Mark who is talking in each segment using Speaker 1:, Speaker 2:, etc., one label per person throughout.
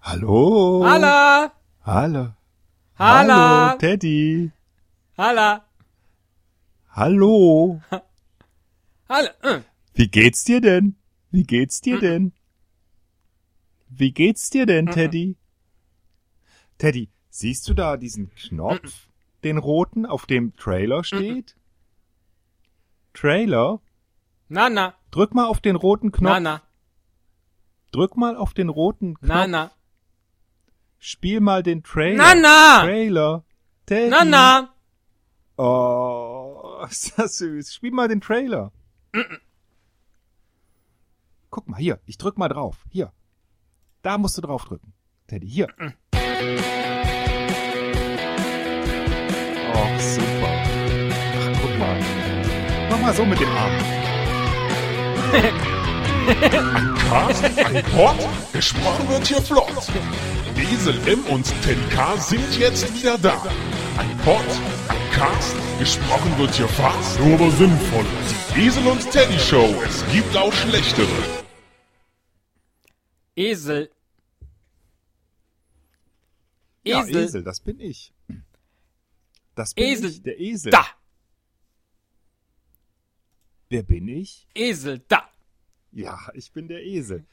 Speaker 1: Hallo.
Speaker 2: Hala!
Speaker 1: Hallo.
Speaker 2: Hala!
Speaker 1: Hallo, Teddy.
Speaker 2: Hala!
Speaker 1: Hallo.
Speaker 2: Hala! äh.
Speaker 1: Wie geht's dir denn? Wie geht's dir denn? Wie geht's dir denn, Teddy? Teddy, siehst du da diesen Knopf, den roten, auf dem Trailer steht? Trailer?
Speaker 2: Na, na,
Speaker 1: Drück mal auf den roten
Speaker 2: na,
Speaker 1: Knopf.
Speaker 2: na,
Speaker 1: Drück mal auf den roten Knopf.
Speaker 2: na, na,
Speaker 1: Spiel mal den Trailer.
Speaker 2: Na, na.
Speaker 1: Trailer. Teddy.
Speaker 2: na, na,
Speaker 1: Oh, ist das süß. Spiel mal den Trailer. Guck mal, hier. Ich drück mal drauf. Hier. Da musst du drauf drücken. Teddy, hier. Oh, super. Ach, guck mal. Mach mal so mit dem Arm.
Speaker 3: Cast, ein Pod, gesprochen wird hier flott. Diesel M und 10K sind jetzt wieder da. Ein Pod, ein Cast, gesprochen wird hier fast, nur aber sinnvoll. Die Diesel und Teddy Show, es gibt auch schlechtere.
Speaker 2: Esel.
Speaker 1: Ja,
Speaker 2: Esel.
Speaker 1: Esel, das bin ich. Das bin
Speaker 2: Esel.
Speaker 1: ich, der Esel.
Speaker 2: Da,
Speaker 1: Wer bin ich?
Speaker 2: Esel, da,
Speaker 1: Ja, ich bin der Esel.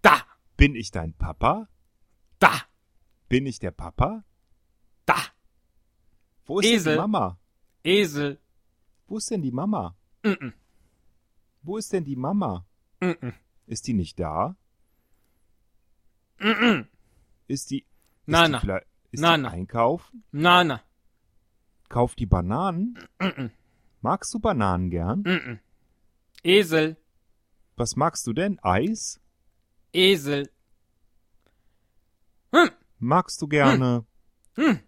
Speaker 2: da,
Speaker 1: Bin ich dein Papa?
Speaker 2: da,
Speaker 1: Bin ich der Papa?
Speaker 2: da,
Speaker 1: Wo ist denn
Speaker 2: Esel.
Speaker 1: die Mama?
Speaker 2: Esel.
Speaker 1: Wo ist denn die Mama?
Speaker 2: Mm-mm.
Speaker 1: Wo ist denn die Mama?
Speaker 2: Mm-mm.
Speaker 1: Ist die nicht da?
Speaker 2: Mm-mm.
Speaker 1: Ist die. Ist
Speaker 2: Na,
Speaker 1: die
Speaker 2: na.
Speaker 1: vielleicht- Ist
Speaker 2: Na,
Speaker 1: die
Speaker 2: na.
Speaker 1: einkaufen?
Speaker 2: Na, na,
Speaker 1: Kauft die Bananen?
Speaker 2: Mm-mm. Mm.
Speaker 1: Magst du Bananen gern?
Speaker 2: Mm-mm. Esel,
Speaker 1: Was magst du denn? Eis?
Speaker 2: Esel. Hm.
Speaker 1: Magst du gerne.
Speaker 2: Hm.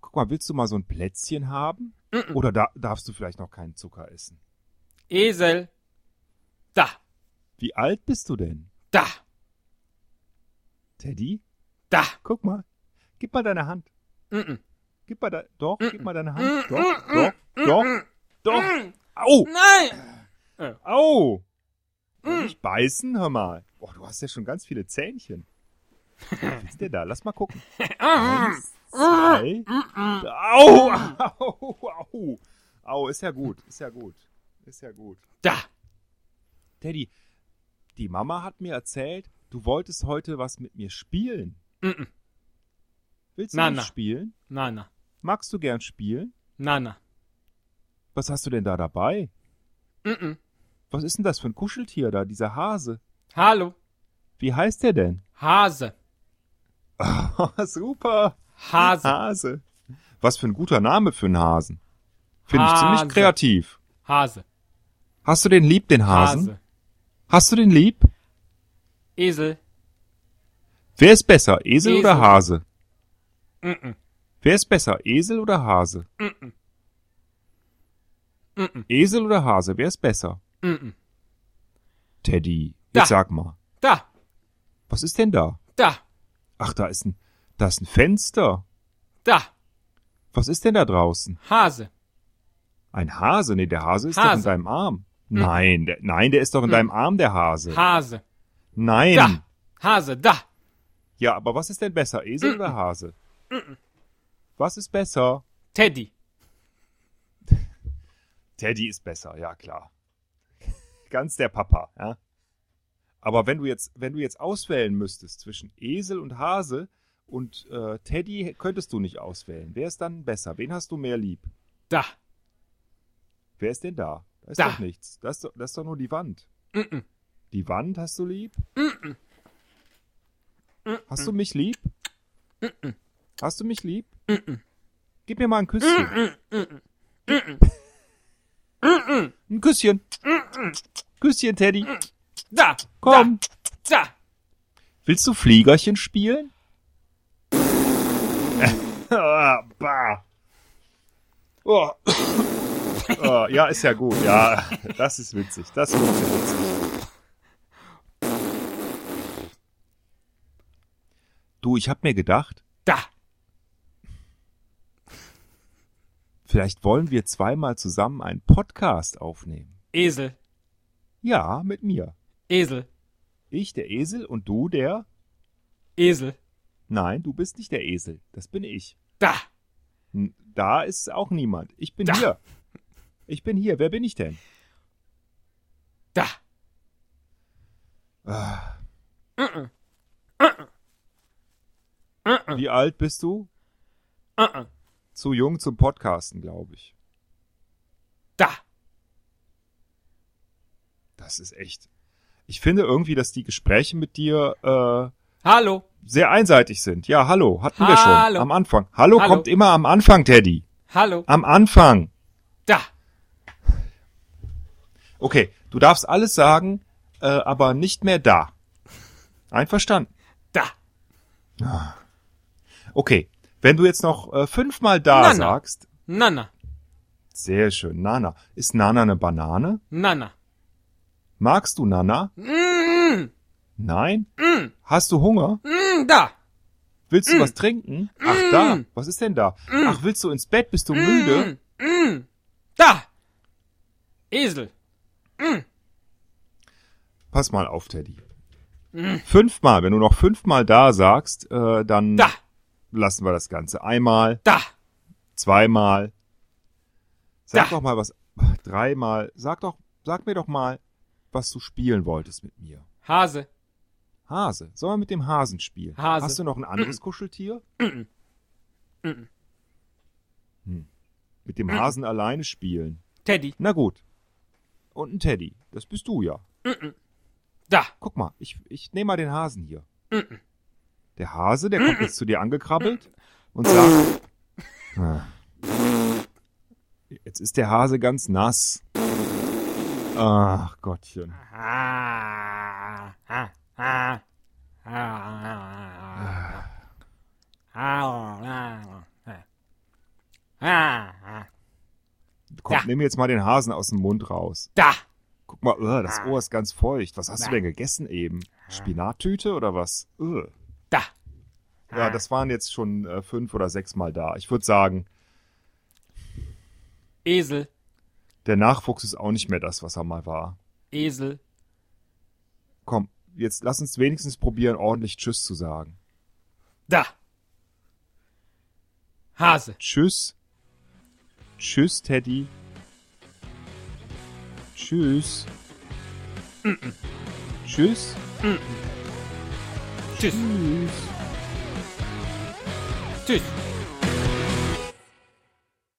Speaker 1: Guck mal, willst du mal so ein Plätzchen haben?
Speaker 2: Mm-mm.
Speaker 1: Oder da, darfst du vielleicht noch keinen Zucker essen?
Speaker 2: Esel, da,
Speaker 1: Wie alt bist du denn?
Speaker 2: da,
Speaker 1: Teddy?
Speaker 2: da.
Speaker 1: Guck mal. Gib mal deine Hand.
Speaker 2: Mm-mm.
Speaker 1: Gib mal de doch, gib mal deine Hand.
Speaker 2: Mm-mm.
Speaker 1: Doch, doch,
Speaker 2: Mm-mm. Mm.
Speaker 1: doch, doch. Au,
Speaker 2: Nein!
Speaker 1: au.
Speaker 2: Mm.
Speaker 1: Will Nicht beißen, hör mal. Boah, du hast ja schon ganz viele Zähnchen. Was ist denn da? Lass mal gucken.
Speaker 2: Ah.
Speaker 1: Eins, zwei. Au, au, au. Au, ist ja gut, ist ja gut, ist ja gut.
Speaker 2: Da,
Speaker 1: Teddy, die Mama hat mir erzählt, du wolltest heute was mit mir spielen.
Speaker 2: Mm-mm.
Speaker 1: Willst du
Speaker 2: Na,
Speaker 1: nicht
Speaker 2: na.
Speaker 1: spielen?
Speaker 2: na, na,
Speaker 1: Magst du gern spielen?
Speaker 2: na, na.
Speaker 1: Was hast du denn da dabei?
Speaker 2: Mm-mm.
Speaker 1: Was ist denn das für ein Kuscheltier da, dieser Hase?
Speaker 2: Hallo,
Speaker 1: Wie heißt der denn?
Speaker 2: Hase,
Speaker 1: Super.
Speaker 2: Hase,
Speaker 1: Hase. Was für ein guter Name für einen Hasen. Finde ich
Speaker 2: Hase.
Speaker 1: ziemlich kreativ.
Speaker 2: Hase,
Speaker 1: Hast du den lieb, den Hasen?
Speaker 2: Hase,
Speaker 1: Hast du den lieb?
Speaker 2: Esel,
Speaker 1: Wer ist besser, Esel,
Speaker 2: Esel.
Speaker 1: oder Hase?
Speaker 2: Mm-mm.
Speaker 1: Wer ist besser, Esel oder Hase? Esel oder Hase, wer ist besser?
Speaker 2: Mm-mm.
Speaker 1: Teddy,
Speaker 2: Da.
Speaker 1: jetzt sag mal,
Speaker 2: da,
Speaker 1: was ist denn da?
Speaker 2: da,
Speaker 1: Ach, da ist ein, da ist ein Fenster.
Speaker 2: da,
Speaker 1: Was ist denn da draußen?
Speaker 2: Hase,
Speaker 1: Ein Hase? Nee, der Hase ist doch in
Speaker 2: Hase.
Speaker 1: deinem Arm. Nein, der, nein, der ist doch in deinem Arm, der Hase.
Speaker 2: Hase,
Speaker 1: nein.
Speaker 2: da, Hase, da,
Speaker 1: Ja, aber was ist denn besser, Esel oder Hase? Was ist besser?
Speaker 2: Teddy,
Speaker 1: Teddy ist besser, ja klar. Ganz der Papa, ja. Aber wenn du jetzt, wenn du jetzt auswählen müsstest zwischen Esel und Hase und äh, Teddy, könntest du nicht auswählen. Wer ist dann besser? Wen hast du mehr lieb?
Speaker 2: da,
Speaker 1: Wer ist denn da? Da ist
Speaker 2: Da.
Speaker 1: doch nichts. Das ist doch, das ist doch nur die Wand.
Speaker 2: Mm-mm.
Speaker 1: Die Wand hast du lieb? Hast du mich lieb? Hast du mich lieb? Gib mir mal ein Küsschen. Ein Küsschen. Küsschen, Teddy.
Speaker 2: da,
Speaker 1: Komm.
Speaker 2: da,
Speaker 1: Willst du Fliegerchen spielen? Ah, bah. Oh. Oh, ja, ist ja gut. Ja, das ist witzig. Das ist witzig. Du, ich habe mir gedacht,
Speaker 2: da,
Speaker 1: vielleicht wollen wir zweimal zusammen einen Podcast aufnehmen.
Speaker 2: Esel,
Speaker 1: Ja, mit mir.
Speaker 2: Esel,
Speaker 1: Ich, der Esel und du, der
Speaker 2: Esel.
Speaker 1: Nein, du bist nicht der Esel. Das bin ich.
Speaker 2: Da.
Speaker 1: N- Da ist auch niemand. Ich bin
Speaker 2: Da.
Speaker 1: hier. Ich bin hier. Wer bin ich denn?
Speaker 2: Da.
Speaker 1: Ah,
Speaker 2: Mm-mm. Mm-mm. Mm-mm.
Speaker 1: Wie alt bist du?
Speaker 2: Mm-mm.
Speaker 1: Zu jung zum Podcasten, glaube ich.
Speaker 2: Da.
Speaker 1: Das ist echt. Ich finde irgendwie, dass die Gespräche mit dir äh,
Speaker 2: Hallo.
Speaker 1: sehr einseitig sind. Ja, hallo, hatten wir schon
Speaker 2: Hallo.
Speaker 1: am Anfang. Hallo,
Speaker 2: Hallo.
Speaker 1: kommt immer am Anfang, Teddy.
Speaker 2: Hallo.
Speaker 1: Am Anfang.
Speaker 2: Da.
Speaker 1: Okay, du darfst alles sagen, äh, aber nicht mehr da. Einverstanden.
Speaker 2: Da.
Speaker 1: Okay, wenn du jetzt noch äh, fünfmal da
Speaker 2: Nana.
Speaker 1: sagst,
Speaker 2: Nana.
Speaker 1: sehr schön. Nana, ist Nana eine Banane?
Speaker 2: Nana.
Speaker 1: Magst du Nana?
Speaker 2: Mm-mm.
Speaker 1: Nein. Hast du Hunger?
Speaker 2: Mm, da.
Speaker 1: Willst du was trinken? Ach da, was ist denn da? Ach, willst du ins Bett? Bist du müde?
Speaker 2: Mm, mm, da. Esel.
Speaker 1: Pass mal auf, Teddy. Fünfmal, wenn du noch fünfmal da sagst, äh, dann
Speaker 2: Da.
Speaker 1: lassen wir das Ganze. Einmal,
Speaker 2: Da.
Speaker 1: zweimal. Sag
Speaker 2: Da.
Speaker 1: doch mal was. Dreimal. Sag doch, sag mir doch mal, was du spielen wolltest mit mir.
Speaker 2: Hase.
Speaker 1: Hase. Sollen wir mit dem Hasen spielen?
Speaker 2: Hase.
Speaker 1: Hast du noch ein anderes Kuscheltier?
Speaker 2: Mm-mm.
Speaker 1: Hm. Mit dem Hasen alleine spielen.
Speaker 2: Teddy.
Speaker 1: Na gut. Und ein Teddy. Das bist du ja.
Speaker 2: Da.
Speaker 1: Guck mal, ich, ich nehme mal den Hasen hier. Der Hase, der kommt jetzt zu dir angekrabbelt und sagt. Ah. Jetzt ist der Hase ganz nass. Ach Gottchen.
Speaker 2: Ah, ah, ah, ah, ah, ah, ah, ah, ah,
Speaker 1: Komm,
Speaker 2: Ja.
Speaker 1: nimm jetzt mal den Hasen aus dem Mund raus.
Speaker 2: Da.
Speaker 1: Guck mal, uh, das Ohr ist ganz feucht. Was hast du denn gegessen eben? Spinattüte oder was? Uh.
Speaker 2: Da.
Speaker 1: Ja, das waren jetzt schon äh, fünf oder sechs Mal da. Ich würde sagen,
Speaker 2: Esel.
Speaker 1: der Nachwuchs ist auch nicht mehr das, was er mal war.
Speaker 2: Esel.
Speaker 1: Komm, jetzt lass uns wenigstens probieren, ordentlich Tschüss zu sagen.
Speaker 2: Da. Hase.
Speaker 1: Tschüss. Tschüss, Teddy. Tschüss. Tschüss.
Speaker 2: Tschüss.
Speaker 1: Tschüss.
Speaker 2: Tschüss.